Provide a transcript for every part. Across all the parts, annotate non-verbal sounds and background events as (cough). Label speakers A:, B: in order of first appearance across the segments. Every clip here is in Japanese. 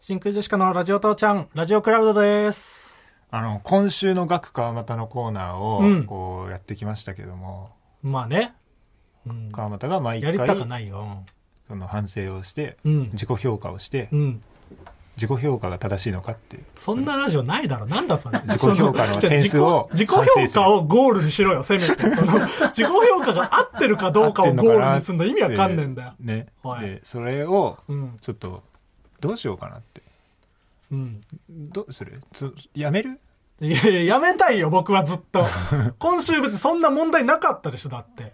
A: 真空ジェシカのラジオ父ちゃん、ラジオクラウドです。
B: あの、今週の学川又のコーナー
A: うん
B: を、こう、やってきましたけども、
A: まあね。うん、
B: 川又が毎
A: や
B: 回
A: り、たくないよ。
B: その反省をして、
A: うん。
B: 自己評価をして
A: う、ん。
B: 自己評価が正しいのかっていう。
A: そんなラジオないだろ。なんだそれ。
B: 自己評価の点数を
A: そのじゃあ自己
B: 反省
A: 自己
B: す
A: 評
B: る
A: 価をゴールにしろよ、せめて。その、自己評価が合ってるかどうかをゴールにするの意味わかんねえんだよ。
B: ね
A: お。い
B: で、それを、
A: うん。
B: ちょっと、どうしようかなって。
A: うん。
B: どうするつやめる
A: いやいや、やめたいよ、僕はずっと。今週別にそんな問題なかったでしょ、だって。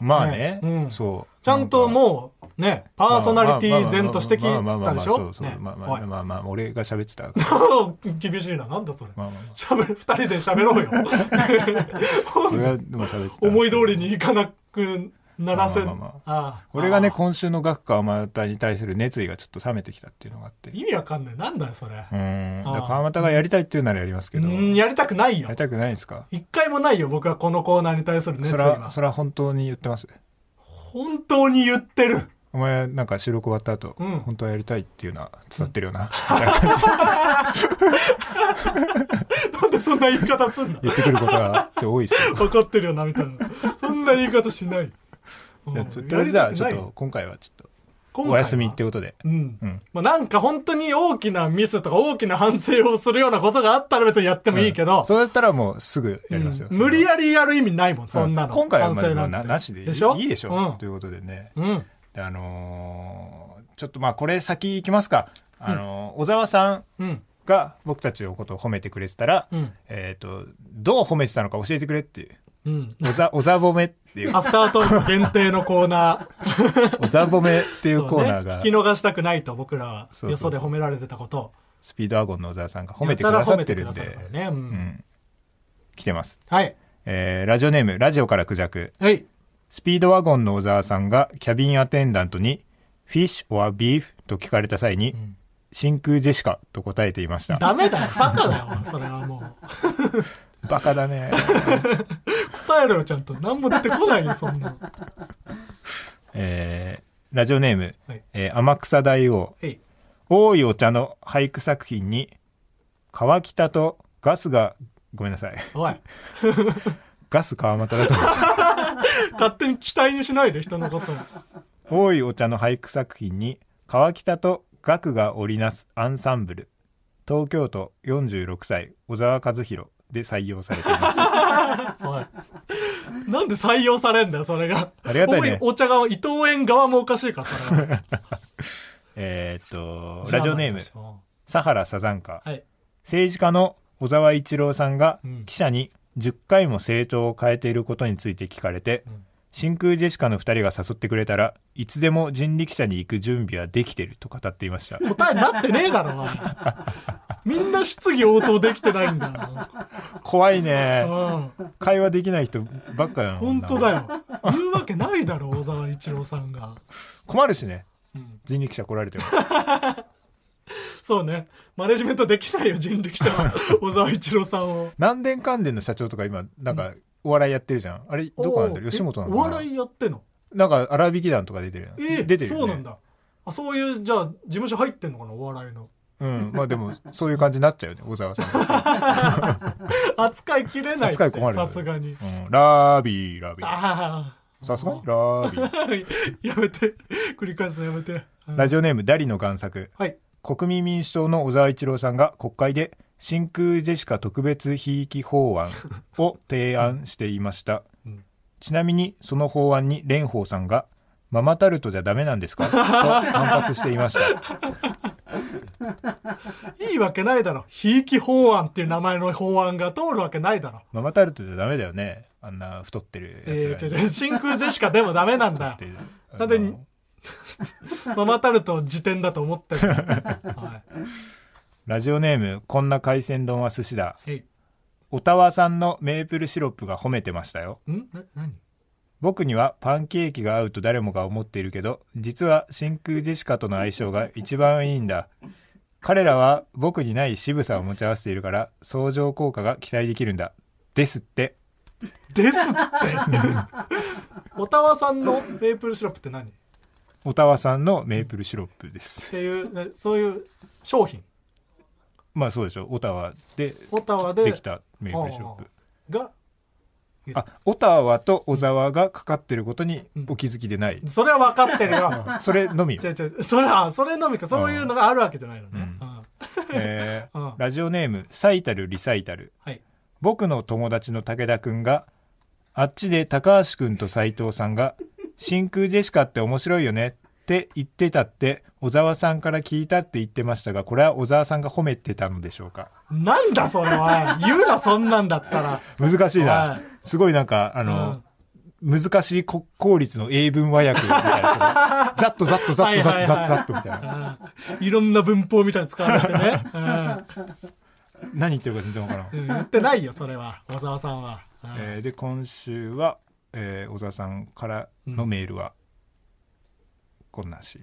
B: まあね
A: ねうん
B: そう。
A: ちゃんと
B: う、
A: もう、ね、パーソナリティ前として聞
B: まあ
A: い
B: まあまあまあ
A: たでし
B: まあま
A: ょ
B: あまあそうそう
A: ね
B: まあま
A: おい
B: あまあまあ、俺が喋ってたから。
A: 厳しいな、なんだそれ。
B: まあまあまあ。
A: しゃべ、二人で喋ろ
B: (laughs)
A: うよ。
B: 俺がでも喋ってた。
A: 思い通りにいかなくならせん。
B: まあまあま
A: ああ
B: 俺がね、
A: ああ
B: 今週の学科またに対する熱意がちょっと冷めてきたっていうのがあって。
A: 意味わかんない。なんだよ、それ
B: う。ーん。だか
A: あ
B: ら
A: あ
B: 川又がやりたいっていうならやりますけ
A: う
B: ど、
A: ん、
B: や
A: やりたくないよ
B: り。たくないですか
A: 一回もないよ、僕はこのコーナーに対する熱意
B: それ
A: は
B: は、。それは本当に言ってます。
A: 本当に言ってる。 (laughs)
B: お前なんか収録終わった後、
A: うん
B: 本当はやりたいっていうのは伝わってるよな。みたいな
A: なんでそんな言い方すんの
B: 言ってくることがちょっと多いですけど。
A: 分かってるよな、みたいな。そんな言い方しない。うん
B: いやちょとりあえずじゃあちょっ、
A: やりたくない
B: と今回はちょ
A: 今
B: っと
A: 回
B: お
A: は
B: 休みってことで。
A: うん。
B: うん。
A: まあ、なんか本当に大きなミスとか大きな反省をするようなことがあったら別にやってもいいけど、
B: そうだったらもうすぐやりますよ。
A: うん無理
B: り
A: やりやる意味ないもん、そんなの。
B: 今回は
A: 反
B: まあ
A: 省
B: も
A: な
B: うん
A: て
B: ななしでいい
A: でしょ
B: いいでしょ、
A: うん
B: ということでね。
A: うん。
B: であのーちょっとまあこれ先行きますか。あのー小沢さん
A: うん。
B: が僕たちのことを褒めてくれてたら、
A: うん
B: えっ、と、どう褒めてたのか教えてくれっていう。
A: うん。
B: おざ、おざ褒めっていう
A: (laughs) ア、フタートーク限定のコーナー。
B: おざ褒めっていう (laughs) コーナ
A: そ
B: ー
A: うね
B: が
A: 聞き、逃したくないと僕らは
B: そう
A: よ
B: そ
A: そう
B: そう
A: で褒められてたことを。
B: スピードワゴンの小沢さんが褒めてくださってるん
A: やたら褒めてくだ
B: で
A: さ、るからね。う。
B: うんん。来てます。
A: はい。
B: えー、ラジオネーム、ラジオからクジャク。
A: はい。
B: スピードワゴンの小沢さんがキャビンアテンダントに、フィッシュ or beef と聞かれた際に、真空ジェシカと答えていました。
A: ダメだよ。バカだよ。それはもう。
B: バカだ (laughs) ね。
A: 答えろよ、ちゃんと。何も出てこないよ、そんなの。
B: えー、ラジオネーム、
A: はい
B: えー天草大王。
A: はい。
B: 多いお茶の俳句作品に川北とガスがごめんなさい
A: おい。
B: ガス川又だ
A: (laughs)
B: と思っちゃう
A: 勝手に期待にしないで、人のことを。
B: 多いお茶の俳句作品に川北とガクが織りなすアンサンブル東京都46歳小沢和弘で採用されていま
A: (laughs)
B: した
A: おい。なんで採用されんだよ、それが。
B: ありがたいね
A: おお茶側、伊藤園側もおかしいから、それは。
B: えーっと (laughs) ラジオネーム
A: じゃあま
B: サハラサザンカ
A: あ。はい。
B: 政治家の小沢一郎さんが
A: うん
B: 記者に10回も政党を変えていることについて聞かれて、
A: ん
B: 真空ジェシカの2人が誘ってくれたらいつでも人力車に行く準備はできてると語っていました
A: (laughs) 答えになってねえだろ、おいみんな質疑応答できてないんだよ。
B: 怖いね
A: (laughs) うん。
B: 会話できない人ばっかだな
A: 本当だよ。言うわけないだろ、小沢一郎さんが。
B: 困るしね
A: うん
B: 人力車来られても
A: そうね。マネジメントできないよ、人力車は。小沢一郎さんを。
B: 南電関電の社長とか今なんかお笑いやってるじゃんあれどこなんだ
A: お
B: ろ
A: ー
B: う吉本な
A: え
B: の
A: お
B: かな
A: 笑いやってんの
B: なんか荒引き団とか出てるやん、
A: ええ
B: 出てるよ、ね、
A: そうなんだ。あ、そういう、じゃあ、事務所入ってんのかな、お笑いの。
B: うんまあでもそういう感じになっちゃうよね小沢さん
A: 扱いきれないって
B: 扱い困るよ
A: さすがに。
B: うんラービーラービー
A: あ
B: さすがにラービー
A: あ。 (laughs) やめて。繰り返すのやめて。うん
B: ラジオネームダリの贋作
A: はい。
B: 国民民主党の小沢一郎さんが国会で真空ジェシカ特別ひいき法案を提案していました、
A: うん
B: ちなみにその法案に蓮舫さんがママタルトじゃダメなんですかと反発していました
A: (laughs) いいわけないだろ。ひいき法案っていう名前の法案が通るわけないだろ。
B: ママタルトじゃダメだよねあんな太ってるやつ
A: えー、違う
B: らに
A: 違う真空ジェシカでもダメなん
B: (laughs) 太
A: だ
B: ってる
A: よ。なんで
B: あの、
A: ママタルトを辞典だと思
B: (laughs)
A: ってる。は
B: ラジオネームこんな海鮮丼は寿司だ
A: い。はい
B: オタワさんのメープルシロップが褒めてましたよ
A: んな、何
B: 僕にはパンケーキが合うと誰もが思っているけど実は真空ジェシカとの相性が一番いいんだ彼らは僕にない渋さを持ち合わせているから相乗効果が期待できるんだですって
A: ですって。 (laughs) オタワさんのメープルシロップって何っ
B: オタワさんのメープルシロップです
A: ていう、ねそういう商品
B: まあそうでしょオタワで
A: オタワで
B: できたメープルシロップ
A: が
B: あオタワと小沢がかかってることに
A: うん
B: お気づきでない、
A: それは分かってるよ
B: (laughs) それのみ
A: (laughs) 違う違うそれはそれのみかそういうのがあるわけじゃないのね、
B: う
A: うん
B: えー
A: うん
B: ラジオネーム「最たるリサイタル
A: はい」
B: 僕の友達の武田くんがあっちで高橋くんと斉藤さんが「真空ジェシカって面白いよね」って言ってたって小沢さんから聞いたって言ってましたがこれは小沢さんが褒めてたのでしょうか
A: なんだそれは言うなそんなんだったら
B: 難しい
A: は
B: ないすごいなんかあの、難しい国公立の英文和訳みたいな (laughs) ざっとざっとざっとざっとざっとざっとみたいな
A: うんいろんな文法みたいに使われてね、
B: 何言ってるか全然わからん
A: うん、言ってないよそれは小沢さんは、うん
B: えーで今週は、えー小沢さんからのメールは、こんなし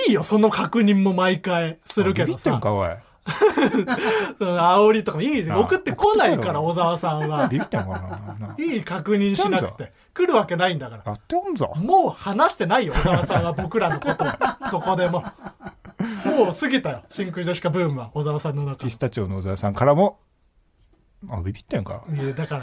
A: いいよその確認も毎回するけ
B: ビ
A: ど
B: ビって
A: さ
B: んかおい
A: その煽りとかもいい
B: あ
A: 送ってこないから
B: 送
A: 小沢さんは
B: ビビってんのかなない
A: い確認しなくて来るわけないんだから
B: やってんぞ
A: もう話してないよ、小沢さんは僕らのことを。どこでも。もう過ぎたよ、真空ジェシカブームは、小沢さんの中
B: ピ
A: の
B: ス。タチオの小沢さんからもあビビってんか
A: いやだか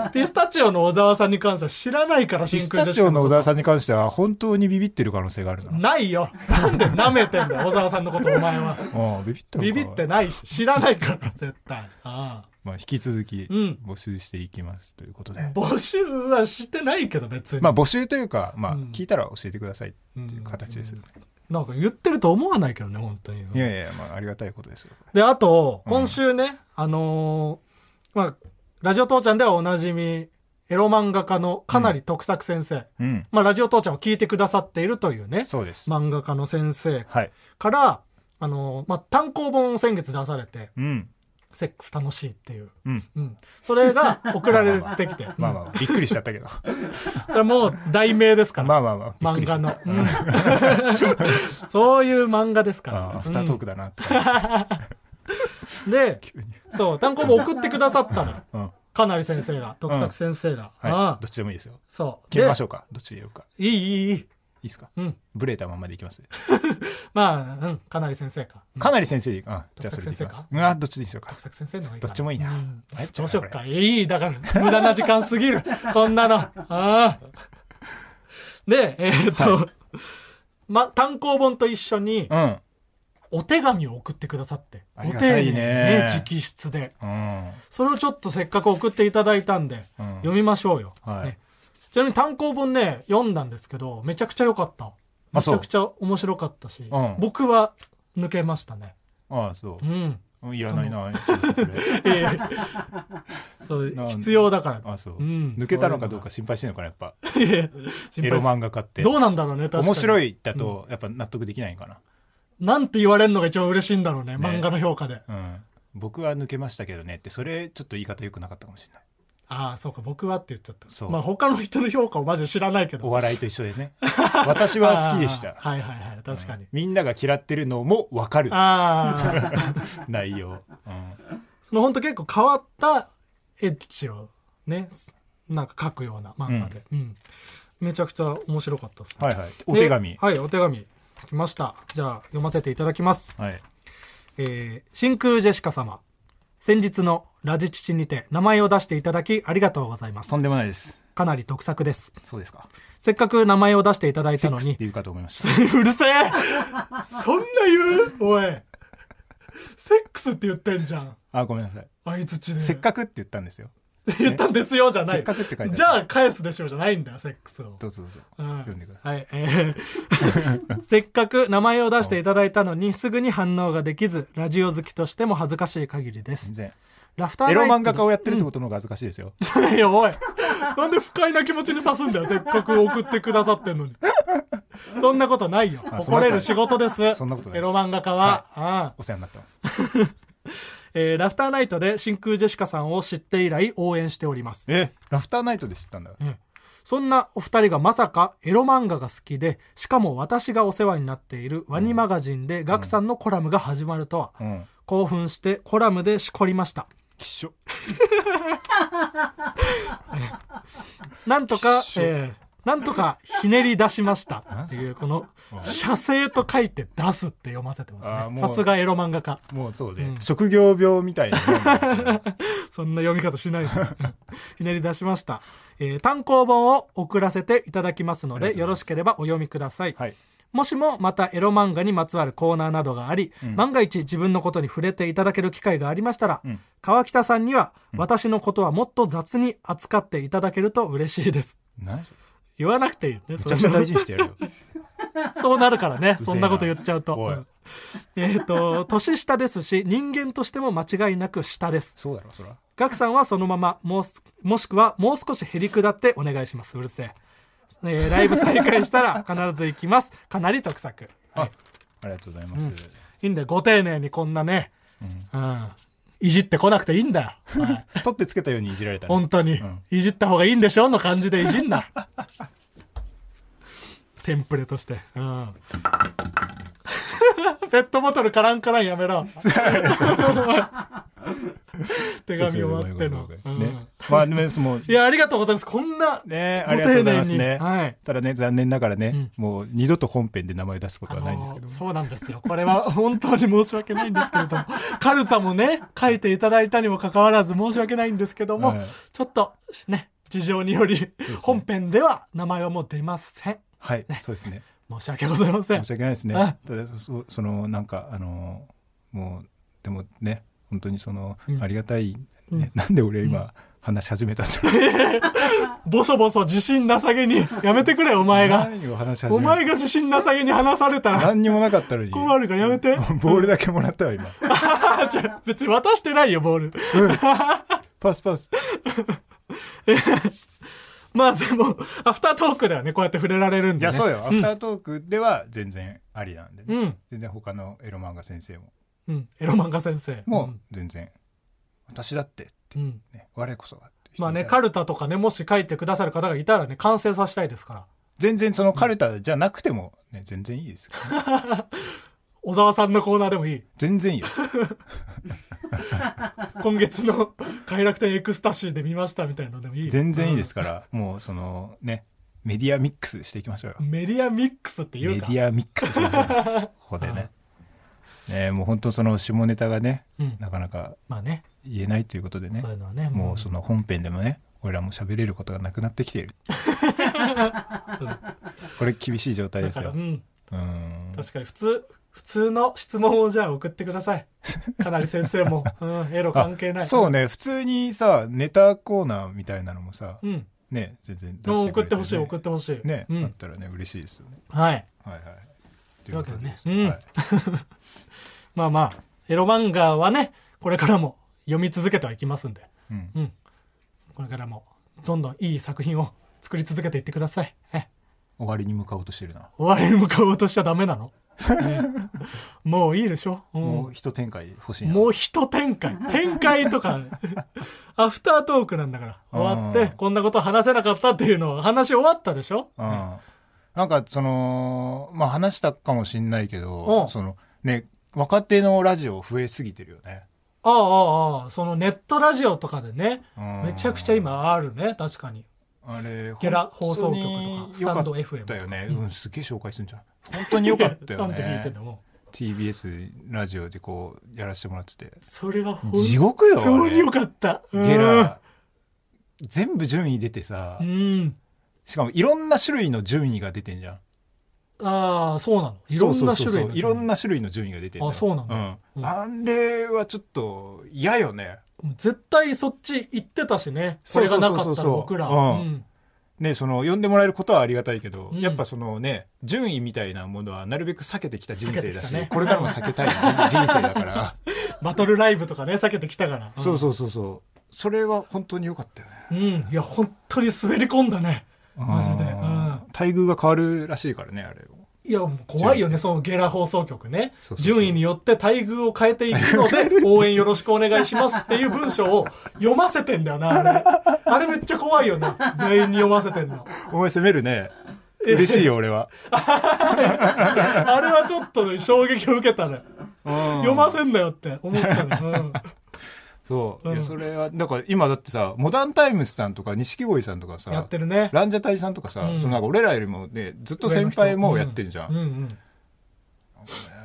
A: ら、ピスタチオの小沢さんに関しては知らないから、真
B: ピス
A: 空
B: タ
A: ジェ
B: チ
A: シカ
B: オの小
A: の。
B: 沢さんに関しては本当にビビってる可能性があるな
A: ないよ。なんで舐めてんだよ、小沢さんのこと、お前は。
B: あビビってんの
A: ビ
B: か
A: ビってないし、知らないから、絶対。ああ
B: まあ、引き続き
A: うん
B: 募集していきますということで、
A: 募集はしてないけど、別に。
B: まあ募集というか、まあ、
A: うん
B: 聞いたら教えてくださいっていう形です、ね
A: なんか言ってると思わないけどね、本当に。
B: いやいやいや、まあ、ありがたいことですよこれ
A: で、あと、
B: うん
A: 今週ね、あのーまあ、ラジオ父ちゃんではおなじみ、エロ漫画家のかなり徳作先生。
B: うん
A: まあ、ラジオ父ちゃんを聞いてくださっているというね、
B: そうです、
A: 漫画家の先生
B: はい
A: から、あのーまあ、単行本を先月出されて、
B: うん
A: セックス楽しいっていう。
B: うん
A: うん。それが送られてきて。
B: まあまあ、びっくりしちゃった
A: (laughs)
B: けど。
A: うんそれはもう題名ですから。
B: まあまあまあ、びっ
A: 漫
B: くりしちゃ
A: 画
B: った
A: の。うんそういう漫画ですか
B: ああ、
A: ら
B: ア。フタートークだなって感
A: うんで、
B: じ。急に
A: そう、単行本送ってくださったの。
B: うん。
A: かなり先生が徳作先生が、あ
B: は
A: あ
B: い。どっちでもいいですよ。
A: そう
B: 決めまし
A: ょ
B: ょうか。どっちでようか。
A: ういいいいいい
B: いいですか。
A: うん
B: ブレたままでいきます。
A: まあうんかなり先生か、うん
B: かなり先生でいいか。うんじゃあそれでいきま
A: どっち先
B: す。うんあ、どっちでいいですよか
A: 徳。作先生の方がいい
B: どっちもいいな。
A: うん
B: 迷っ
A: ど
B: ち
A: う
B: ゃう
A: しよ
B: な
A: っ。かいいだから無駄な時間すぎるこんなのああでえーっと、ま、単行本と一緒に
B: これ
A: お手紙を送ってくださって
B: あ
A: お
B: り
A: 手
B: がたいね
A: 紙直筆で
B: うん。うん。
A: それをちょっとせっかく送っていただいたんで、
B: うん
A: 読みましょうよ、
B: はい
A: ねちなみに単行本ね読んだんですけどめちゃくちゃ良かっため
B: あ
A: ち
B: そう
A: ゃくちゃ面白かったし、
B: うん
A: 僕は抜けましたね
B: ああ、そうう。
A: ん
B: うんいらないな。それ
A: いやいやそう
B: なん
A: 必要だから
B: あそう。
A: うん
B: 抜けたのかどうか心配してるのかな、やっぱ。
A: いやいや心配
B: エロ漫画家って。
A: どうなんだろうね確かに
B: 面白いだと、やっぱ納得できないんかな。
A: なんて言われるのが一番嬉しいんだろうね漫画の評価で
B: うん。僕は抜けましたけどねって、それちょっと言い方良くなかったかもしれない。
A: ああそうか僕はって言っちゃった
B: そう
A: まあ他の人の評価をマジで知らないけど
B: お笑いと一緒ですね。私は好きでし
A: (laughs) あ
B: た
A: あ。はいはいはい確かに、
B: みんなが嫌ってるのもわかる
A: ああ
B: 内容、うん
A: (laughs) その本当結構変わったエッジをねなんか書くような漫画で、うんめちゃくちゃ面白かったですね、
B: はいはいお手紙
A: ではいお手紙来ましたじゃあ読ませていただきます、
B: はい
A: えー真空ジェシカ様先日のラジチチにて名前を出していただきありがとうございます
B: とんでもないです
A: かなり得策です
B: そうですか
A: せっかく名前を出していただいた
B: セッ
A: の
B: クスっ
A: に
B: ていうかと思いま
A: (laughs)
B: し
A: うるせえそんな言うおいセックスって言ってんじゃん
B: たあごめんなさい
A: 相づちで
B: せっかくって言ったんですよ
A: 言ったんですよじゃない。
B: せっかくって書いてある
A: じゃあ返すでしょうじゃないんだよ、セックスを。
B: どうぞどうぞ
A: うん
B: 読んでくださ
A: はい、えー (laughs) せっかく名前を出していただいたのにすぐに反応ができずラジオ好きとしても恥ずかしい限りで
B: 全
A: す
B: 然
A: ラフターナ
B: エ
A: イト
B: ロ漫画家をやってるってことの方が恥ずかしいですよ、
A: い (laughs) やおいなんで不快な気持ちにさすんだよせっかく送ってくださってんのに (laughs) そんなことないよ
B: あそんなこと
A: 怒
B: ない
A: れる仕事です
B: そんなことない
A: エ
B: です
A: ロ漫画家は、ああ
B: お世話になってます
A: えーラフターナイトで真空ジェシカさんを知って以来応援しております
B: えラフターナイトで知ったんだ
A: ええそんなお二人がまさかエロ漫画が好きでしかも私がお世話になっているワニマガジンでガクさんのコラムが始まるとは、
B: うん
A: 興奮してコラムでしこりました
B: きっしょ
A: なんとか
B: きっ、しょ
A: ええなんとかひねり出しました
B: (laughs) なん
A: って
B: す
A: いうこの
B: うん
A: 写生と書いて出すって読ませて
B: あー
A: ますね
B: もう
A: さすがエロ漫画家
B: もうそうで、
A: うん
B: 職業病みたいなもんですね
A: そんな読み方しないの (laughs) ひねり出しました、えー単行本を送らせていただきますの
B: ありがと
A: で
B: うございま
A: すよろしければお読みください、
B: はい
A: もしもまたエロ漫画にまつわるコーナーなどがあり、
B: うん
A: 万が一自分のことに触れていただける機会がありましたら、
B: うん
A: 川北さんには
B: うん
A: 私のことはもっと雑に扱っていただけると嬉しいです
B: 何
A: 言わなくていいよね
B: め
A: そ
B: ち
A: れ
B: ゃくち (laughs) ゃ大事にしてやるよ
A: そうなるからね
B: えな
A: そんなこと言っちゃうと
B: おい
A: うんえっと年下ですし人間としても間違いなく下です
B: そうだろそら
A: ガクさんはそのままもうすもしくはもう少し減り下ってお願いしますうるせええーライブ再開したら必ず行きますかなり得策、
B: あ
A: は
B: ありがとうございます、
A: い、いいんだよご丁寧にこんなね、うん、いじってこなくていいんだよ、はい、
B: 取ってつけたようにいじられたね
A: 本当に、
B: うん
A: いじった方がいいんでしょの感じでいじんなテンプレとしてうん (laughs) ペットボトルカランカランやめ
B: (laughs)
A: ろ手紙終わっての、
B: そうそうごめんごめんごめん
A: う
B: ね
A: ん
B: まあでももう
A: いやありがとうございますこんな
B: ね
A: ご
B: ありがと
A: 丁
B: うござい
A: 寧
B: ます
A: に、
B: ね、
A: はい
B: ただね残念ながらね、もう二度と本編で名前出すことはないんですけど、
A: あのそうなんですよこれは本当に申し訳ないんですけれども (laughs) カルタもね書いていただいたにもかかわらず申し訳ないんですけども、
B: はい
A: ちょっとね事情により
B: すね
A: 本編では名前はもう出ません
B: はいそうです (laughs) ね
A: 申し訳ございません
B: 申し訳ないですね
A: あ
B: ただそそのなんかあのもうでもね本当にその、
A: うん
B: ありがたい、ね
A: うん
B: なんで俺今、話し始めたんだろう
A: ボソボソ自信なさげにやめてくれお前が
B: 何を話し始めた
A: お前が自信なさげに話されたら
B: 何にもなかったのに
A: 困るからやめて
B: ボールだけもらったわ今
A: あじゃあ別に渡してないよボール
B: パスパス
A: まあでもアフタートークではねこうやって触れられるん
B: い
A: で、ね、
B: やそうよ、アフタートークでは全然ありなんで、ね
A: うん
B: 全然他のエロ漫画先生も
A: うんエロ漫画先生
B: もう全然、私だってって、
A: うん、うん
B: ね、我こそはって人
A: まあ
B: いたら
A: ねカルタとかねもし書いてくださる方がいたらね完成させたいですから
B: 全然そのカルタじゃなくても、ね、全然いいですからね
A: 小沢さんのコーナーでもいい
B: 全然いいよ
A: 今月の (laughs) 快楽天エクスタシーで見ましたみたいなのでもいい
B: 全然いいですから、もうそのねメディアミックスしていきましょうよ
A: うんメディアミックスって
B: メ
A: い
B: デ
A: うか
B: ィアミックスしていきましょうここでねねもう本当その下ネタがね
A: うん
B: なかなか
A: まあね
B: 言えないということでね
A: そういうのはね
B: もうその本編でもね俺らも喋れることがなくなってきているこれ厳しい状態
A: だ
B: です
A: から
B: よ
A: うん
B: うん
A: 確かに普通普通の質問をじゃあ送ってくださいかなり先生
B: (laughs)
A: も、うん、エロ関係ない
B: あそうね普通にさネタコーナーみたいなのもさ
A: うん
B: ね全然出
A: もう
B: して
A: 送
B: く
A: っ
B: れ
A: て
B: て
A: ほしい送ってほしい
B: ね
A: う
B: あっ
A: ん
B: たらね嬉しいですよね
A: はい
B: はいはいと
A: いうわけでね
B: ということです
A: まあまあエロ漫画はねこれからも読み続けてはいきますんで
B: はいうん
A: うんこれからもどんどんいい作品を作り続けていってくださいえ
B: 終わりに向かおうとしてるな
A: 終わりに向かおうとしちゃダメなの、ねもういいでしょ、うん
B: もう一展開欲しいな
A: もう一展
B: (laughs)
A: 開。展開とか、アフタートークなんだから。終わっ
B: うん
A: て、こんなこと話せなかったっていうのを話し終わったでしょ
B: うんなんかそのまあ話したかもしんないけ
A: う
B: ど
A: ん
B: そのね若手のラジオ増えすぎてるよね
A: ああ、ああ、ああ、そのネットラジオとかでね、
B: うん
A: めちゃくちゃ今あるね、確かに。
B: あれ
A: ゲラ
B: 本当に
A: 放送局とかスタンド FM
B: よかったよねうんすげえ紹介するじゃん本当によかったよ
A: なんて聞いてん
B: ね
A: だも
B: TBS ラジオでこうやらせてもらってて
A: う。それは本
B: 地獄よ
A: 当
B: あ
A: に
B: れ
A: よかった。うん
B: ゲラ全部順位出てさ
A: うん。
B: しかもいろんな種類の順位が出てんじゃん
A: ああ、そうなの。いろんな種類
B: そうそうそういろんな種類の順位が出てんだよ
A: あそうなんだ
B: うん
A: うん
B: あれはちょっと嫌よね
A: 絶対そっち行ってたしね。それがなか
B: そ
A: っ
B: うそう
A: たら
B: そうそう
A: 僕ら。
B: うん
A: うん
B: ねその呼んでもらえることはありがたいけど、
A: うん
B: やっぱそのね順位みたいなものはなるべく避けてきた人生
A: 避けて
B: だ
A: き
B: し、
A: たね
B: これからも避
A: (laughs)
B: けたい人人生だから
A: バトルライブとかね、避けてきたから。
B: そうそうそうそうそれは本当に良かったよね
A: うん。うん。いや、本当に滑り込んだね。マジで。う
B: うん
A: ん。
B: 待遇が変わるらしいからねあれを
A: いや、もう怖いよね、そのゲラ放送局ね。
B: そうそうそう
A: 順位によって待遇を変えていくの
B: (laughs)
A: で、応援よろしくお願いしますっていう文章を読ませてんだよな、あれ。あれめっちゃ怖いよな、全員に読ませてんの。
B: お前責めるね嬉しいよ俺は、
A: あれはちょっとね衝撃を受けたね。
B: うん (laughs)
A: 読ませんなよって思ったね。うん
B: そう、いうや
A: ん
B: それはだから今だってさモダンタイムスさんとか錦鯉さんとか
A: やっ
B: さ
A: てるね
B: ランジャタイさんとかさ、
A: うん
B: そのなんか俺らよりもねずっと先輩もやってるじゃん、
A: うんうん
B: ね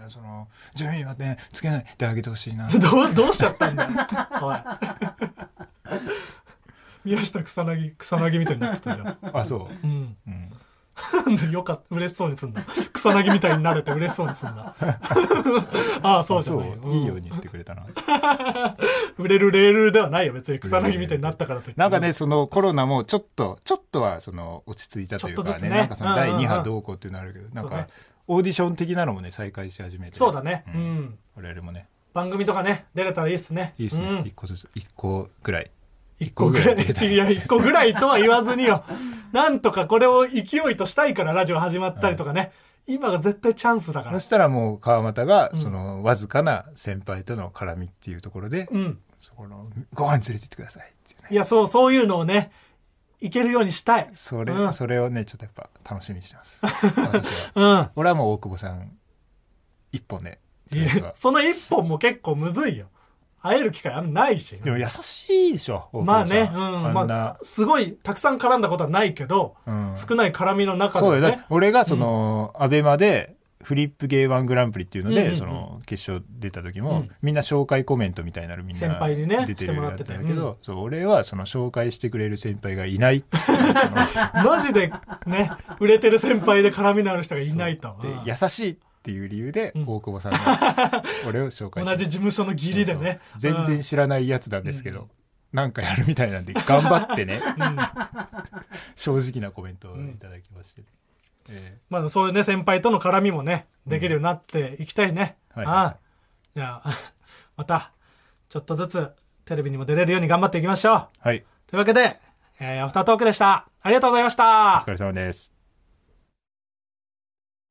B: その順位はねつけないであげてほしいな
A: どう (laughs) どうしちゃったんだよおい宮下草薙草薙みたいになってたじゃん
B: あそう
A: うん
B: うん
A: なんでよかった嬉しそうにすんな草薙みたいになれて嬉しそうにすんなああそう
B: あ
A: じゃ
B: そ
A: ないよ
B: ういいように言ってくれたな
A: 売れるレールではないよ別に草薙みたいになったからといって
B: なんかねそのコロナもちょっとちょっとはその落ち着いたという
A: ちょっとず
B: か
A: つ
B: ね
A: ね
B: なんかその第
A: うんうんう
B: 2
A: ん
B: 波どうこうっていうのあるけどなん
A: そうね
B: かオーディション的なのもね再開し始めて
A: そうだねうん、
B: 我々もね
A: 番組とかね出れたらいいっすね
B: いいですね、
A: うん
B: 一個ずつ一個ぐらい
A: 一個ぐら
B: 一個ぐらい出た
A: い。いや、一個ぐらいとは言わずによ。なんとかこれを勢いとしたいから、ラジオ始まったりとかね。今が絶対チャンスだから
B: そ。したらもう川又が
A: ん
B: そのわずかな先輩との絡みっていうところで、
A: うん。
B: そこのご飯連れてってくださいっていうね
A: いや、そう、そういうのをね、いけるようにしたい。
B: それ、
A: うん
B: それをねちょっとやっぱ楽しみにしてます
A: (laughs)
B: 私は
A: うん。
B: 俺はもう大久保さん一本でと
A: い
B: りあえず
A: や
B: は
A: その一本も結構むずいよ。会える機会あんまないし。
B: でも優しいでしょ大久
A: まあ
B: 保さ
A: ね、うんん。
B: あん
A: ま
B: な
A: あ、、すごい、たくさん絡んだことはないけど、
B: うん
A: 少ない絡みの中
B: そ
A: で
B: うよだって
A: ね。
B: 俺がその、アベマでフリップゲーワングランプリっていうので、
A: うんうんうん
B: その決勝出た時も、
A: うん
B: みんな紹介コメントみたいなのみんな
A: 先輩にね
B: 出てるようになったんだけ
A: してもら
B: ど、そう俺はその紹介してくれる先輩がいないっていうそ
A: (laughs) マジでね、売れてる先輩で絡みのある人がい
B: の
A: ないと。
B: で
A: うん
B: 優しいっていう理由で
A: うん
B: 大久保さんが (laughs) 俺を紹介
A: 同じ事務所の義理でね。
B: そうそう全然知らないやつなんですけど、なんかやるみたいなんで頑張ってね
A: うん。うん
B: (laughs) 正直なコメントをいただきまして、え
A: まあ、そういうね、先輩との絡みもね、できるようになっていきたいね。
B: ーはい
A: ああ。じゃあ、 (laughs) また、ちょっとずつ、テレビにも出れるように頑張っていきましょう。
B: はい、
A: というわけで、えーアフタートークでした。ありがとうございました
B: お疲。れ様です